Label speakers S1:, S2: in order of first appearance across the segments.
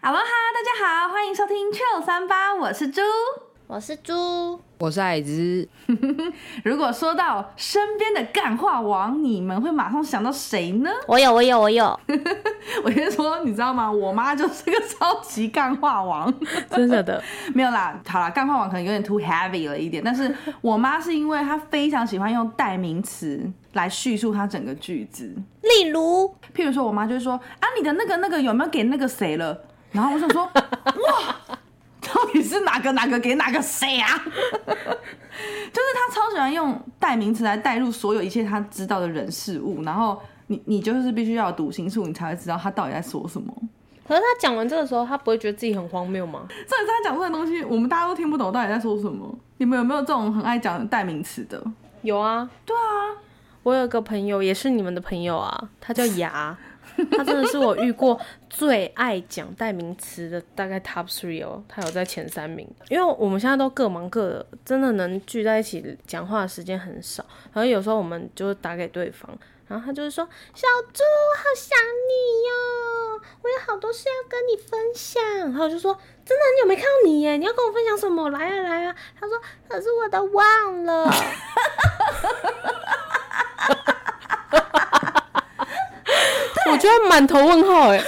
S1: 阿罗哈，大家好，欢迎收听 Chill 三八，我是猪。
S2: 我是猪，
S3: 我是矮子，
S1: 如果说到身边的干话王，你们会马上想到谁呢？
S2: 我有，我有，我有，
S1: 我先说，你知道吗？我妈就是个超级干话王，
S2: 真的的，
S1: 没有啦，好啦，干话王可能有点 too heavy 了一点，但是我妈是因为她非常喜欢用代名词来叙述她整个句子，
S2: 例如
S1: 譬如说，我妈就会说：“啊，你的那个那个有没有给那个谁了？”然后我想说：“哇，到底是哪个哪个给哪个谁啊？”就是她超喜欢用代名词来代入所有一切她知道的人事物，然后你你就是必须要有读心术，你才会知道她到底在说什么。
S4: 可是他讲完这个时候，他不会觉得自己很荒谬吗？
S1: 这里她讲出来的东西，我们大家都听不懂到底在说什么。你们有没有这种很爱讲代名词的？
S4: 有啊，对啊，我有个朋友也是你们的朋友啊，他叫 牙，他真的是我遇过最爱讲代名词的，大概 top three 哦，他有在前三名。因为我们现在都各忙各的，真的能聚在一起讲话的时间很少，然后有时候我们就打给对方。然后他就是说：“小猪，我好想你哟、我有好多事要跟你分享。”然后我就说：“真的很久没看到你耶，你要跟我分享什么？来啊来啊！”他说：“可是我都忘了。”我觉得满头问号哎，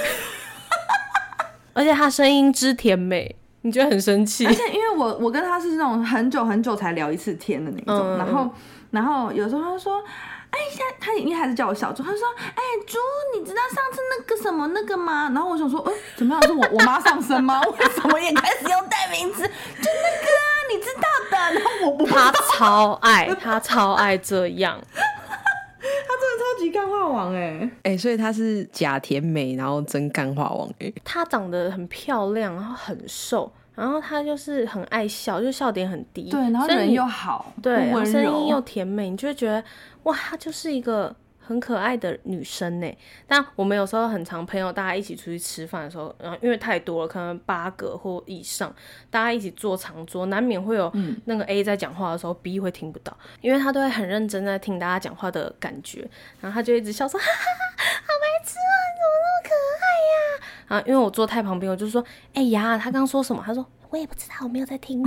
S4: 而且他声音之甜美，你觉得很生气
S1: 而？且因为我我跟他是那种很久很久才聊一次天的那种，
S4: 嗯嗯嗯
S1: 然后然后有时候他就说。哎，现在他一开始叫我小猪，他就说：“哎，猪，你知道上次那个什么那个吗？”然后我想说：“哎，怎么样？是我我妈上身吗？ 为什么也开始用代名词？就那个啊，你知道的。”然后我我
S4: 他超爱，他超爱这样。
S1: 他真的超级干话王哎、
S3: 哎、所以他是假甜美，然后真干化王哎、
S4: 她长得很漂亮，然后很瘦，然后她就是很爱笑，就笑点很低，
S1: 对，然后
S4: 所以
S1: 人
S4: 你
S1: 又好，
S4: 对，
S1: 又
S4: 然后
S1: 温
S4: 声
S1: 柔
S4: 音又甜美，你就会觉得哇，她就是一个很可爱的女生呢。但我们有时候很常朋友大家一起出去吃饭的时候，然后因为太多了，可能八个或以上，大家一起坐长桌，难免会有那个 A 在讲话的时候，B 会听不到，因为他都会很认真在听大家讲话的感觉，然后他就一直笑说哈 哈哈，好白痴啊，你怎么那么可爱呀、啊，因为我坐太旁边，我就说，哎、呀，他刚说什么？他说我也不知道，我没有在听。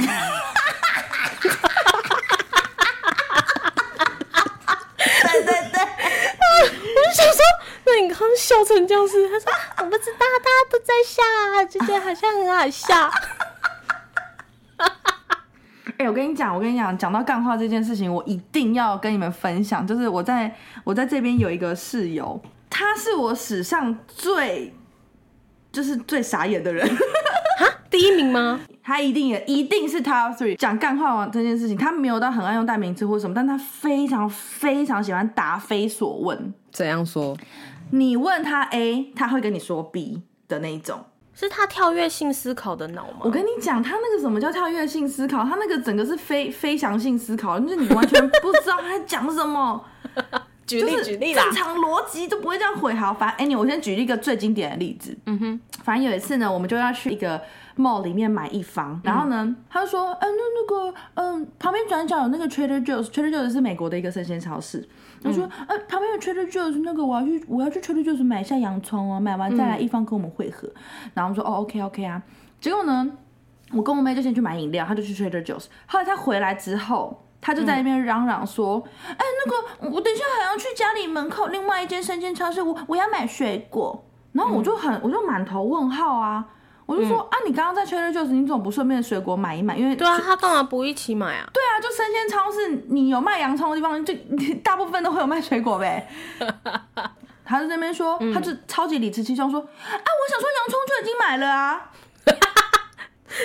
S1: 对对对，
S4: 我就想说，那你刚刚笑成这样子，他说 啊我不知道，大家都在笑啊，就觉得好像很好笑。
S1: 哎、我跟你讲，我跟你讲，讲到干话这件事情，我一定要跟你们分享。就是我在我在这边有一个室友，他是我史上最就是最傻眼的人，
S4: 第一名吗？
S1: 他一定也一定是 top three。讲干话王这件事情，他没有到很爱用代名词或什么，但他非常非常喜欢答非所问。
S3: 怎样说？
S1: 你问他 A，他会跟你说 B 的那一种。
S4: 是他跳跃性思考的脑吗？
S1: 我跟你讲，他那个什么叫跳跃性思考，他那个整个是非非常性思考，就是你完全不知道他在讲什么。
S4: 举
S1: 就是正常逻辑都不会这样毁。好，反正 anyway，我先举一个最经典的例子。嗯哼，反正有一次呢，我们就要去一个 mall 里面买一方，然后呢，他就说，嗯、那那个，嗯，旁边转角有那个 Trader Joe's，Trader Joe's 是美国的一个生鲜超市。他说，呃、旁边有 Trader Joe's，那个我要去，我要去 Trader Joe's 买一下洋葱哦，买完再来一方跟我们会合。然后我们说，哦，OK OK 啊。结果呢，我跟我妹就先去买饮料，她就去 Trader Joe's。后来她回来之后，她就在那边嚷嚷说：“
S4: 嗯
S1: 哎、那个我等一下还要去家里门口另外一间生鲜超市，我我要买水果。”然后我
S4: 嗯
S1: 就很，我就满头问号啊！我就说：“啊，你刚刚在 Trader Joe's，你怎么不顺便水果买一买？因为
S4: 对啊，他干嘛不一起买啊？
S1: 对啊，就生鲜超市，你有卖洋葱的地方，就 大部分都会有卖水果 呗。他就在那边说，
S4: 嗯
S1: 他就超级理直气壮说：“啊，我想说洋葱就已经买了啊，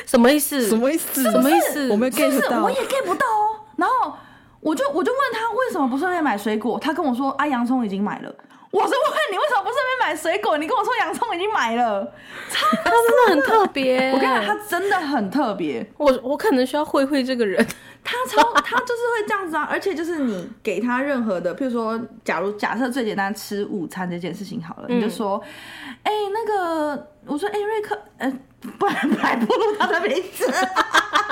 S4: 什么意思？
S3: 什么意思？
S4: 什么意思？
S3: 我没有
S1: 是不
S3: get
S1: 是？
S3: 到
S1: 我。也 get 不到哦。”然后我就我就问他为什么不顺便买水果，他跟我说：“啊，洋葱已经买了。”我是问你为什么不顺便买水果，你跟我说洋葱已经买了。
S4: 他真的很特 别。
S1: 我跟你讲，他真的很特别。
S4: 我我可能需要会会这个人。
S1: 他超 他就是会这样子啊，而且就是你给他任何的，譬如说，假如假设最简单吃午餐这件事情好了，你就说，哎、那个，我说，哎、瑞克，呃，不然 白不如他的名字，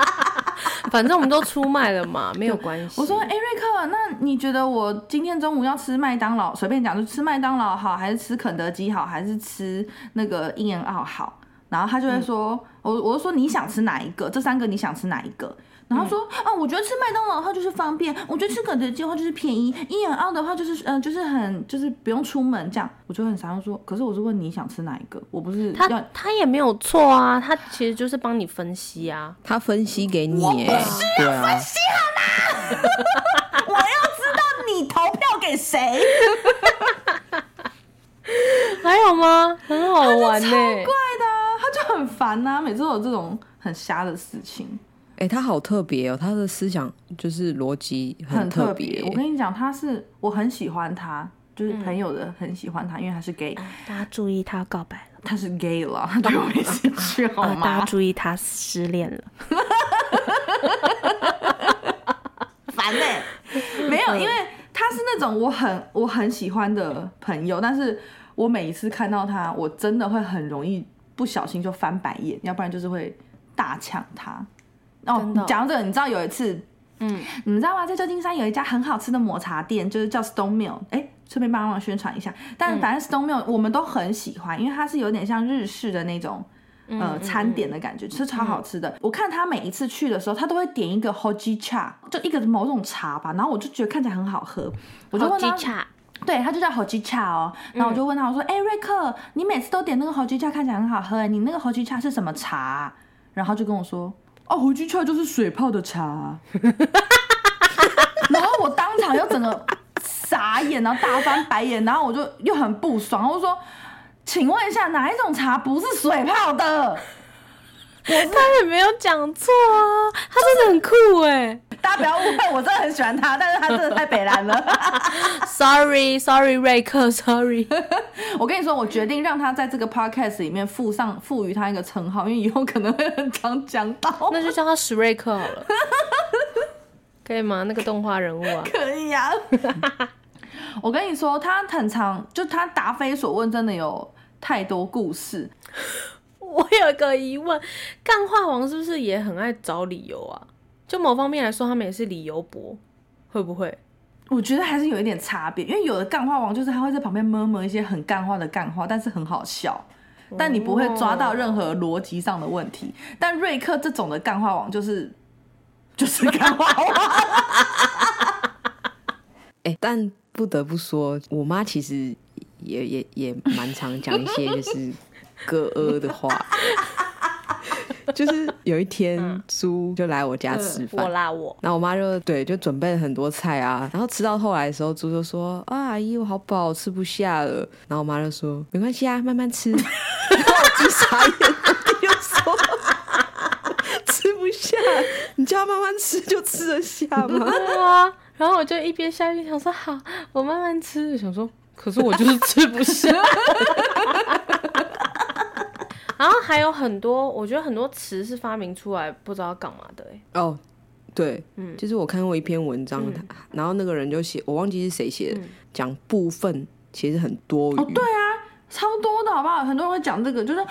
S4: 反正我们都出卖了嘛， 没有关系。
S1: 我说，哎、瑞克，那你觉得我今天中午要吃麦当劳，随便讲，就吃麦当劳好，还是吃肯德基好，还是吃那个 In and Out 好？然后他就会说，我我就说你想吃哪一个？这三个你想吃哪一个？然后他说，啊，我觉得吃麦当劳的话就是方便，我觉得吃肯德基的话就是便宜，一元二的话就是，嗯、就是很就是不用出门这样。我就很傻，我说，可是我是问你想吃哪一个，我不是
S4: 他
S1: 要
S4: 他也没有错啊，他其实就是帮你分析啊。
S3: 他分析给你耶，对啊，
S1: 我要知道你投票给谁。
S4: 还有吗？很好玩呢、
S1: 对的啊，他就很烦呐、每次都有这种很瞎的事情，
S3: 哎、他好特别哦，他的思想就是逻辑
S1: 很
S3: 特
S1: 别
S3: 别。。
S1: 我跟你讲，他是我很喜欢他，就是朋友的很喜欢他，因为他是 gay，
S4: 大家注意，他要告白了
S1: 他是 gay 了， 他对我没兴趣好
S4: 啊！大
S1: 吗
S4: 家？注意，他失恋了。
S1: 烦呢、
S4: 欸
S1: 没
S4: 嗯
S1: 有，因为他是那种我很我很喜欢的朋友，但是我每一次看到他，我真的会很容易不小心就翻白眼，要不然就是会大呛他。哦
S4: 真的哦，
S1: 讲到这个，你知道有一次，嗯，你们知道吗？在旧金山有一家很好吃的抹茶店，就是叫 Stone Mill，哎、顺便帮忙宣传一下。
S4: 嗯
S1: 但反正 Stone Mill 我们都很喜欢，因为它是有点像日式的那种。呃，餐点的感觉是超好吃的。我看他每一次去的时候，他都会点一个 hoji cha，就一个某种茶吧，然后我就觉得看起来很好喝，我就
S4: 好
S1: 问
S4: 鸡
S1: 他，
S4: 叉，
S1: 对，他就叫 hoji cha 哦，然后我就问他，我说，哎、瑞克，你每次都点那个 hoji cha，看起来很好喝，哎，你那个 hoji cha 是什么茶啊、然后他就跟我说，哦，hoji cha 就是水泡的茶 啊，然后我当场又整个傻眼，然后大翻白眼，然后我就又很不爽，我就说。请问一下，哪一种茶不是水泡的？
S4: 他也没有讲错啊，他真的很酷哎、
S1: 大家不要误会，我真的很喜欢他，但是他真的太北蓝了。
S4: Sorry，Sorry，瑞克，Sorry。
S1: 我跟你说，我决定让他在这个 podcast 里面附上赋予他一个称号，因为以后可能会很常讲到。
S4: 那就叫他史瑞克好 了，可以吗？那个动画人物啊，
S1: 可以啊。我跟你说，他很常就他答非所问，真的有太多故事。
S4: 我有一个疑问，干话王是不是也很爱找理由啊？就某方面来说，他们也是理由博，会不会？
S1: 我觉得还是有一点差别，因为有的干话王就是他会在旁边摸摸一些很干话的干话，但是很好笑，但你不会抓到任何逻辑上的问题。但瑞克这种的干话王就是 就是干话王，
S3: 哎、但不得不说，我妈其实也也也蛮常讲一些就是咯呃的话。 就是有一天，猪就来嗯我家吃
S4: 我
S3: 饭，
S4: 啦， 我
S3: 然后我妈就对就准备了很多菜啊，然后吃到后来的时候，猪就说：“啊，阿姨，我好饱，我吃不下了。”然后我妈就说：“没关系啊，慢慢吃。” 然后我就傻眼了，就说：“吃不下，你叫她慢慢吃就吃得下吗？”
S4: 对啊。然后我就一边下一边想说，好，我慢慢吃。想说，可是我就是吃不下。然后还有很多，我觉得很多词是发明出来不知道干嘛的、欸，
S3: 哦，对，就是我看过一篇文章，他然后那个人就写，我忘记是谁写的，讲部分其实很多余，对啊，
S1: 超多的好不好？很多人会讲这个，就是啊，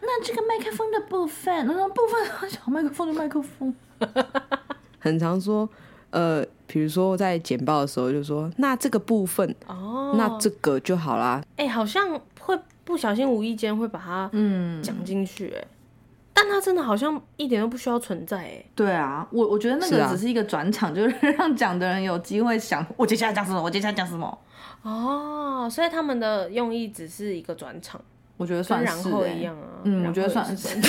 S1: 那这个麦克风的部分，那部分小麦克风的麦克风，
S3: 很常说，呃，比如说在简报的时候就说，那这个部分，
S4: 哦，
S3: 那这个就好啦，
S4: 哎、好像会不小心无意间会把它
S1: 嗯，
S4: 讲进去、哎、但它真的好像一点都不需要存在、哎，
S1: 对啊，我我觉得那
S3: 是
S1: 个
S3: 啊
S1: 只是一个转场，就是让讲的人有机会想我接下来讲什么，我接下来讲什么，
S4: 哦，所以他们的用意只是一个转场，
S1: 我觉得
S4: 跟
S1: 算
S4: 然
S1: 是、
S4: 后
S1: 欸、
S4: 一样啊。
S1: 嗯，
S4: 然
S1: 我觉得
S4: 后
S1: 算
S4: 也是
S1: 是。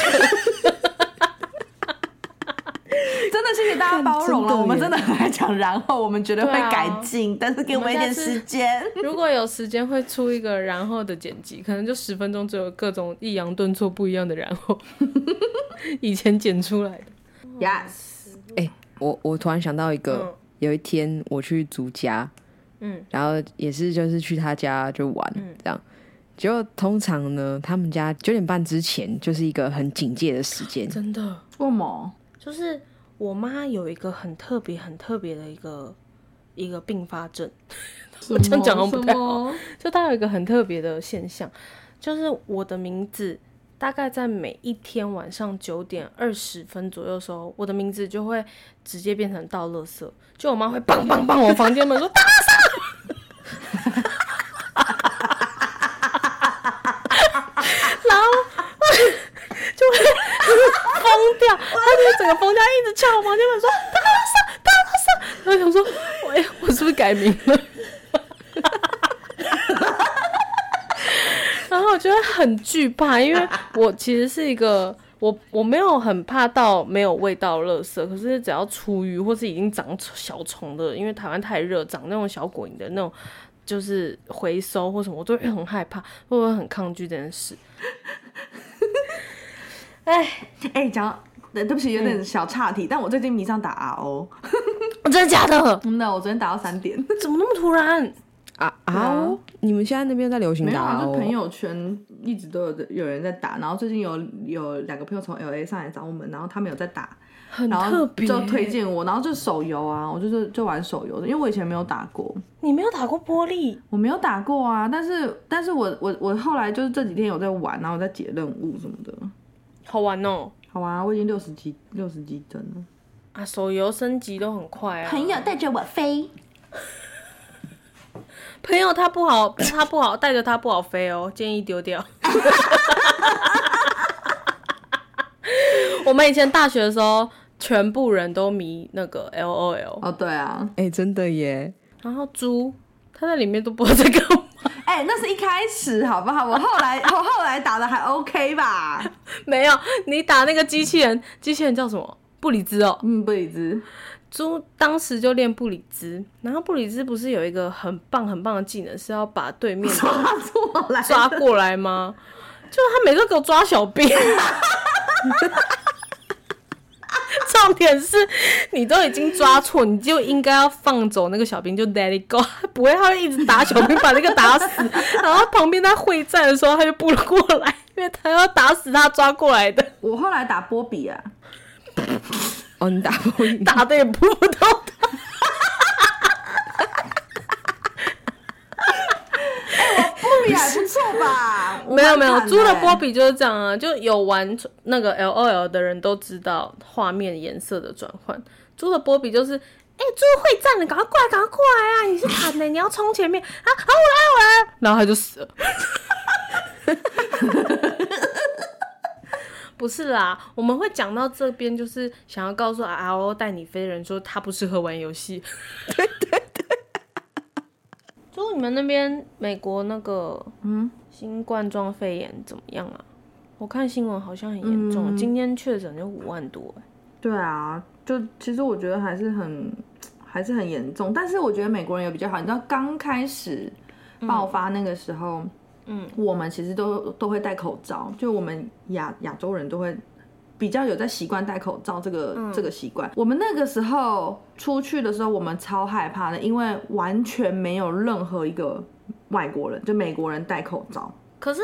S1: 真的谢谢大家包容
S3: 真的
S1: 了，
S3: 耶
S1: 我们真的很爱讲，然后我们绝对会
S4: 对啊
S1: 改进， 但是给我们一点时间。
S4: 如果有时间会出一个然后的剪辑，可能就十分钟，只有各种抑扬顿挫不一样的然后， 以前剪出来的。
S1: Yes，
S3: 我我突然想到一个，
S4: 嗯
S3: 有一天我去竹家，
S4: 嗯，
S3: 然后也是就是去他家就玩、这样。结果通常呢，他们家九点半之前就是一个很警戒的时 间，
S4: 真的，
S1: 为什么？
S4: 就是我妈有一个很特别、很特别的一个一个并发症， 我这样讲好像不太好。 就它有一个很特别的现象，就是我的名字大概在每一天晚上九点二十分左右的时候，我的名字就会直接变成倒垃圾，就我妈会砰砰砰我房间门说 倒垃圾，然后到我房间门说：“大老师，大老师。”然后想说：“哎、我 是不是改名了？”然后我觉得很惧怕，因为我其实是一个我我没有很怕到没有味道的垃圾，可是只要厨余或是已经长小虫的，因为台湾太热，长那种小果蝇的那种。就是回收或什么，我都会很害怕，会不会很抗拒这件事？
S1: 哎，讲到。对对不起，有点小岔题，但我最近迷上打 RO，
S4: 真的假的？
S1: 真的，我昨天打到三点，
S4: 怎么那么突然？
S3: 啊啊哦！你们现在那边在流行
S1: 没有
S3: 打
S1: 啊，就
S3: 哦
S1: 朋友圈一直都有有人在打，然后最近有有两个朋友从 LA 上来找我们，然后他们有在打，
S4: 很
S1: 然
S4: 特
S1: 后
S4: 别，
S1: 就推荐我，然后就手游啊，我就是就玩手游的，因为我以前没有打过，
S4: 你没有打过玻璃，
S1: 我没有打过啊，但是但是我我我后来就是这几天有在玩，然后我在解任务什么的，
S4: 好玩哦！
S1: 好啊，我已经六十级六十级帧了，
S4: 啊，手游升级都很快啊。
S2: 朋友带着我飞，
S4: 朋友他不好， 他不好，带着他不好飞哦，建议丢掉。 我们以前大学的时候，全部人都迷那个 L O L，
S1: 哦对啊，
S3: 哎、真的耶！
S4: 然后猪他在里面都不知道在干嘛，
S1: 哎、那是一开始好不好？我后来 我后来打的还 OK 吧，
S4: 没有你打那个机器人，机器人叫什么？布里兹哦，
S1: 嗯，不理 智，
S4: 猪当时就练布里兹，然后布里兹不是有一个很棒很棒的技能，是要把对面的
S1: 抓住我来，
S4: 抓过来吗？就他每次都给我抓小兵。 重点是你都已经抓错，你就应该要放走那个小兵，就 let it go。他不会，他会一直打小兵，把那个打死。然后旁边在会战的时候，他就不过来，因为他要打死他抓过 来的，
S1: 我后来打波比啊，
S3: 哦， 你打不赢，
S4: 打的也扑不到他。
S1: 波比还不错 吧？
S4: 没有没有，
S1: 猪
S4: 猪的欸波比就是这样啊，就有玩那个 L O L 的人都知道画面颜色的转换。猪的波比就是，哎、猪会战了，赶快过来，赶快过来啊！你是砍的， 你要冲前面啊！好，我来，我来，然后他就死了。 不是啦，我们会讲到这边，就是想要告诉 R O 带你飞的人说他不适合玩游戏。对对对。就你们那边美国那个
S1: 嗯
S4: 新冠状肺炎怎么样啊？我看新闻好像很严重，
S1: 嗯
S4: 今天确诊就五万多、欸。
S1: 对啊，就其实我觉得还是很还是很严重，但是我觉得美国人也比较好。你知道刚开始爆发那个时候，
S4: 嗯，
S1: 我们其实都都会戴口罩，就我们亚亚洲人都会。比较有在习惯戴口罩这个、这个习惯，我们那个时候出去的时候，我们超害怕的，因为完全没有任何一个外国人，就美国人戴口罩。
S4: 可是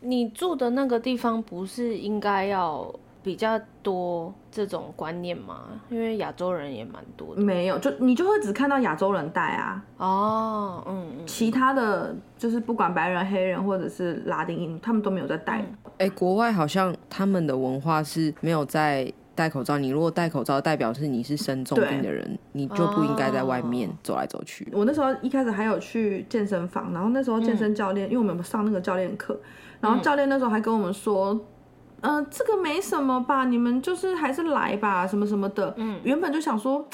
S4: 你住的那个地方不是应该要比较多这种观念吗？因为亚洲人也蛮多的。
S1: 没有，就你就会只看到亚洲人戴啊，
S4: 哦，嗯嗯，
S1: 其他的就是不管白人、黑人或者是拉丁裔，他们都没有在戴。
S3: 哎、国外好像他们的文化是没有在戴口罩。你如果戴口罩，代表是你是生重病的人，你就不应该在外面走来走去。
S1: 我那时候一开始还有去健身房，然后那时候健身教练，因为我们有上那个教练课，然后教练那时候还跟我们说。嗯、这个没什么吧，你们就是还是来吧，什么什么的。嗯，原本就想说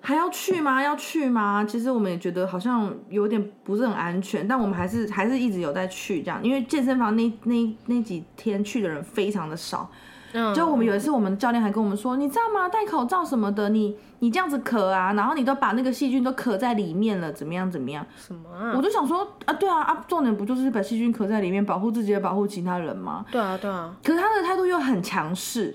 S1: 还要去吗？要去吗？其实我们也觉得好像有点不是很安全，但我们还是还是一直有在去这样，因为健身房那那那几天去的人非常的少，
S4: 嗯
S1: 就我们有一次，我们教练还跟我们说，你知道吗？戴口罩什么的，你你这样子咳啊，然后你都把那个细菌都咳在里面了，怎么样怎么样？
S4: 什么啊？
S1: 我就想说啊，对啊啊，重点不就是把细菌咳在里面，保护自己也保护其他人吗？
S4: 对啊，对啊。
S1: 可是他的态度又很强势，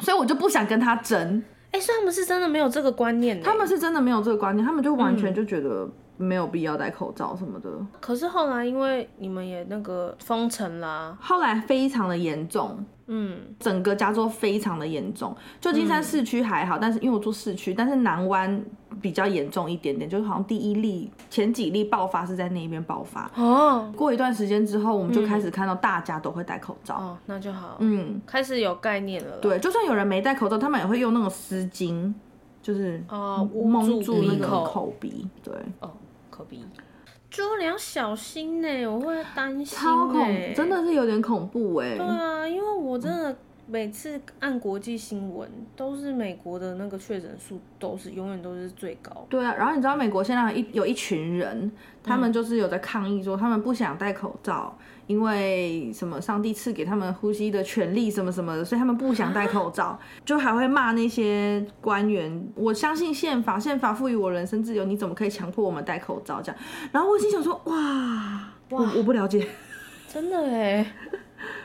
S1: 所以我就不想跟他争。
S4: 哎、所以他们是真的没有这个观念、欸。
S1: 他们是真的没有这个观念，他们就完
S4: 嗯
S1: 全就觉得没有必要戴口罩什么的。
S4: 可是后来因为你们也那个封城啦，
S1: 后来非常的严重，
S4: 嗯，
S1: 整个加州非常的严重，旧金山市区还好，但是因为我住市区，但是南湾比较严重一点点，就是好像第一例前几例爆发是在那边爆发。
S4: 哦
S1: 过一段时间之后，我们就开始看到大家都会戴口罩，
S4: 嗯哦，那就好，
S1: 嗯，
S4: 开始有概念了啦。
S1: 对，就算有人没戴口罩，他们也会用那种丝巾，就是
S4: 哦捂
S1: 嗯蒙
S4: 住
S1: 住那
S4: 鼻
S1: 个
S4: 口
S1: 口鼻，对，
S4: 哦，可比。猪，你要小心呢、我会担心、欸。啊
S1: 超恐，真的是有点恐怖哎、
S4: 对啊，因为我真的每次按国际新闻，都是美国的那个确诊数都是永远都是最高。
S1: 对啊，然后你知道美国现在有一有一群人，他们就是有在抗议说他们不想戴口罩，因为什么上帝赐给他们呼吸的权利什么什么的，所以他们不想戴口罩， 就还会骂那些官员。我相信宪法，宪法赋予我人身自由，你怎么可以强迫我们戴口罩这样？然后我心想说，哇，我我不了解。
S4: 真的哎，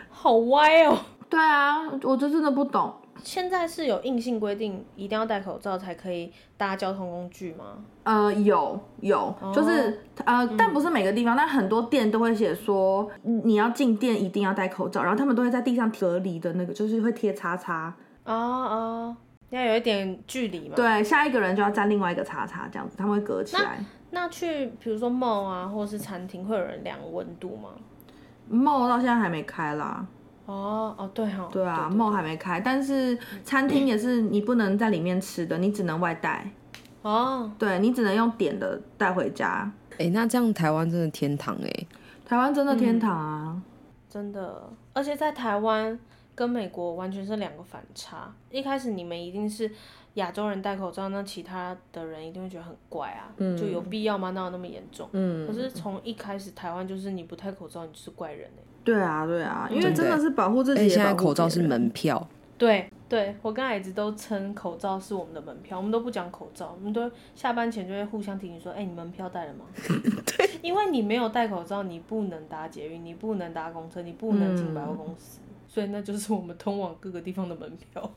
S4: 好歪哦。
S1: 对啊，我就真的不懂。
S4: 现在是有硬性规定，一定要戴口罩才可以搭交通工具吗？
S1: 呃，有有，
S3: 哦
S1: 就是呃，但不是每个地方，但很多店都会写说嗯你要进店一定要戴口罩，然后他们都会在地上隔离的那个，就是会贴叉叉，
S4: 啊啊，要有一点距离嘛。。
S1: 对，下一个人就要站另外一个叉叉，这样子他们会隔起来。
S4: 那去比如说 mall 啊，或是餐厅，会有人量温度吗？
S1: 梦到现在还没开啦，
S4: 哦哦，对哦。
S1: 对啊，梦还没开，但是餐厅也是你不能在里面吃的，你只能外带，
S4: 哦，
S1: 对你只能用点的带回家。
S3: 哎、那这样台湾真的天堂哎、
S1: 台湾真的
S3: 嗯
S1: 天堂啊！
S4: 真的，而且在台湾跟美国完全是两个反差。一开始你们一定是亚洲人戴口罩，那其他的人一定会觉得很怪啊，就有必要吗？哪有那么严重？可是从一开始台湾就是你不戴口罩，你就是怪人哎、
S1: 对啊，对啊，因为
S3: 真的欸
S1: 真的是保护自己也保
S3: 而且
S1: 护别人，
S3: 现在口罩是门票，
S4: 对对，我跟矮子都称口罩是我们的门票，我们都不讲口罩，我们都下班前就会互相提醒说，哎、你门票带了吗？对，因为你没有戴口罩，你不能搭捷运，你不能搭公车，你不能进百货公司，所以那就是我们通往各个地方的门票。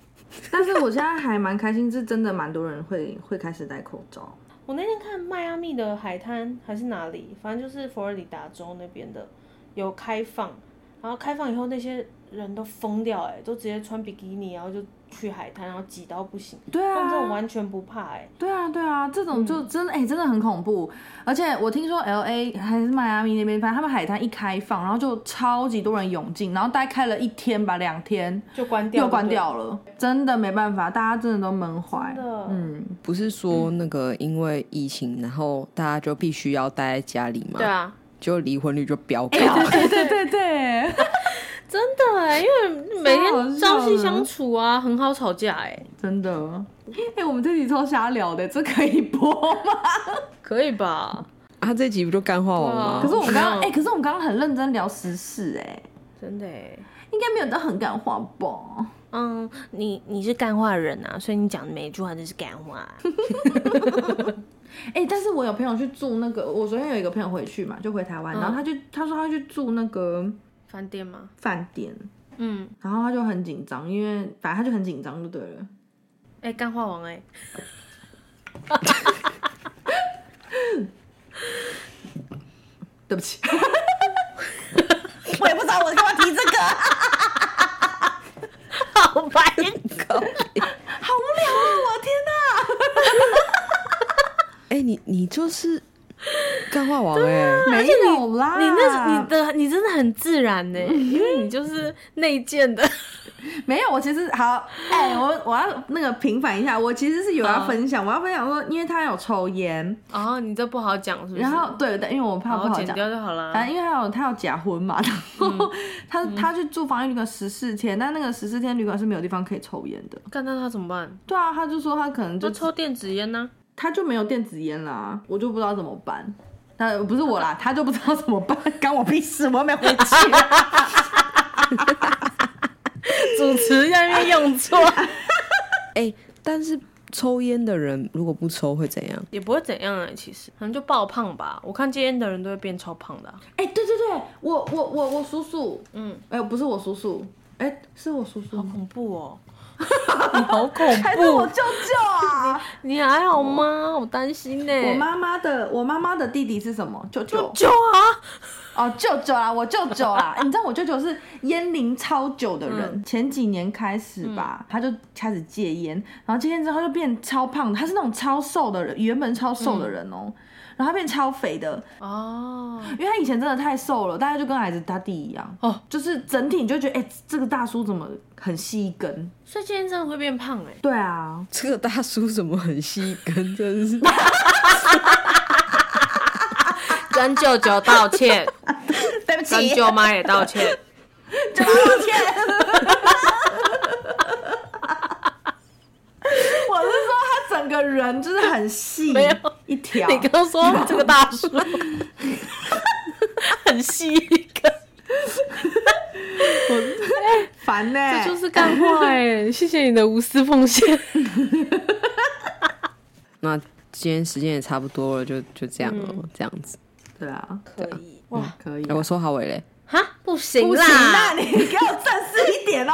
S1: 但是我现在还蛮开心，是真的蛮多人会会开始戴口罩。
S4: 我那天看迈阿密的海滩还是哪里，反正就是佛罗里达州那边的有开放，然后开放以后那些人都疯掉哎、都直接穿比基尼，然后就去海滩，然后挤到不行。
S1: 对
S4: 他们这种
S1: 啊，
S4: 完全不怕哎、
S1: 对啊，对啊，这种就真的哎、真的很恐怖。而且我听说 L A 还是迈阿密那边，反正他们海滩一开放，然后就超级多人涌进，然后大概开了一天吧，两天
S4: 就关掉，
S1: 又关掉了，真的没办法，大家真的都闷坏
S4: 真。的，
S1: 嗯，
S3: 不是说那个因为疫情，然后大家就必须要待在家里嘛，
S4: 对，啊，
S3: 就离婚率就飙高。
S1: 对对对 对，
S4: 真的哎、因为每
S1: 超好
S4: 天
S1: 笑
S4: 朝夕
S1: 的
S4: 相处啊，很好吵架哎、
S1: 真的。哎、我们这集超瞎聊的，这可以播吗？
S4: 可以吧？
S3: 啊，这集不就干话王
S4: 哇
S3: 吗？
S1: 可 是我们刚刚
S4: 没
S1: 哎、
S4: 有
S1: 可是我们刚刚很认真聊时事哎、
S4: 真的哎、
S1: 应该没有到很感话吧？
S4: 嗯，你你是干话人啊，所以你讲的每一句话都是干话。
S1: 哎、但是我有朋友去住那个，我昨天有一个朋友回去嘛，就回台湾，然后他就他说他去住那个
S4: 饭店吗？
S1: 饭店，
S4: 嗯，
S1: 然后他就很紧张，因为反正他就很紧张就对了。
S4: 哎、干话王哎、
S1: 对不起，我也不知道我干嘛提这个，
S4: 好白，啊
S1: 好无聊啊！我天哪，
S3: 哎、你你就是干话王哎、
S1: 没有啦，
S4: 你那你的你真的很自然呢、欸因为你嗯就是内建的。
S1: 没有，我其实好，哎、我我要那个平反一下，我其实是有要分享，我要分享说，因为他有抽烟，
S4: 哦，你这不好讲是不是？
S1: 然后对，但因为我怕
S4: 好
S1: 不好
S4: 剪
S1: 讲，
S4: 掉就好啦。
S1: 反正因为他有他有假婚嘛，然
S4: 嗯
S1: 后 他、他去住防疫旅馆十四天，但那个十四天旅馆是没有地方可以抽烟的。
S4: 干到他怎么办？
S1: 对啊，他就说他可能就
S4: 就抽电子烟啊呢、
S1: 他就没有电子烟啦，我就不知道怎么办。但不是我啦，他就不知道怎么办， 干我屁事，我又没回去。
S4: 主持越来越用错，
S3: 哎、但是抽烟的人如果不抽会怎样？
S4: 也不会怎样哎、其实可能就爆胖吧。我看戒烟的人都会变超胖的啊、
S1: 哎、对对对，我我我我叔叔，
S4: 嗯，
S1: 哎、不是我叔叔，哎、是我叔叔吗，
S4: 恐怖 哦。你好恐
S1: 还是我
S4: 怖！
S1: 舅舅啊？
S4: 你还好吗？我担心欸呢、
S1: 我妈妈的我妈妈的弟弟是什么？舅舅
S4: 就啊，
S1: 哦，舅舅啦，我舅舅啦， 你知道我舅舅是烟龄超久的人，前几年开始吧，他就开始戒烟，然后戒烟之后他就变超胖的，他是那种超瘦的人，原本超瘦的人哦、然后他变超肥的，
S4: 哦，
S1: 因为他以前真的太瘦了，大概就跟矮子他弟一样
S4: 哦，
S1: 就是整体你就觉得，哎、这个大叔怎么很细一根？
S4: 所以戒烟真的会变胖哎、
S1: 对啊，
S3: 这个大叔怎么很细跟？真是
S4: 跟舅舅道歉，
S1: 对不啊
S4: 跟舅妈也道歉。
S1: 就道歉。人真的很细，
S2: 没有
S1: 一条。
S2: 你刚说这个大叔 很细一个，
S1: 烦呢、
S2: 这就是干话哎、谢谢你的无私奉献。
S3: 那今天时间也差不多了，就就这样了，
S1: 嗯
S3: 这样子。
S1: 对啊，
S2: 可以
S3: 哦
S1: 哇，可以啊、
S3: 哎我说好伟嘞，
S2: 哈，不行
S1: 不
S2: 啦，
S1: 行啦，你给我正式一点哦。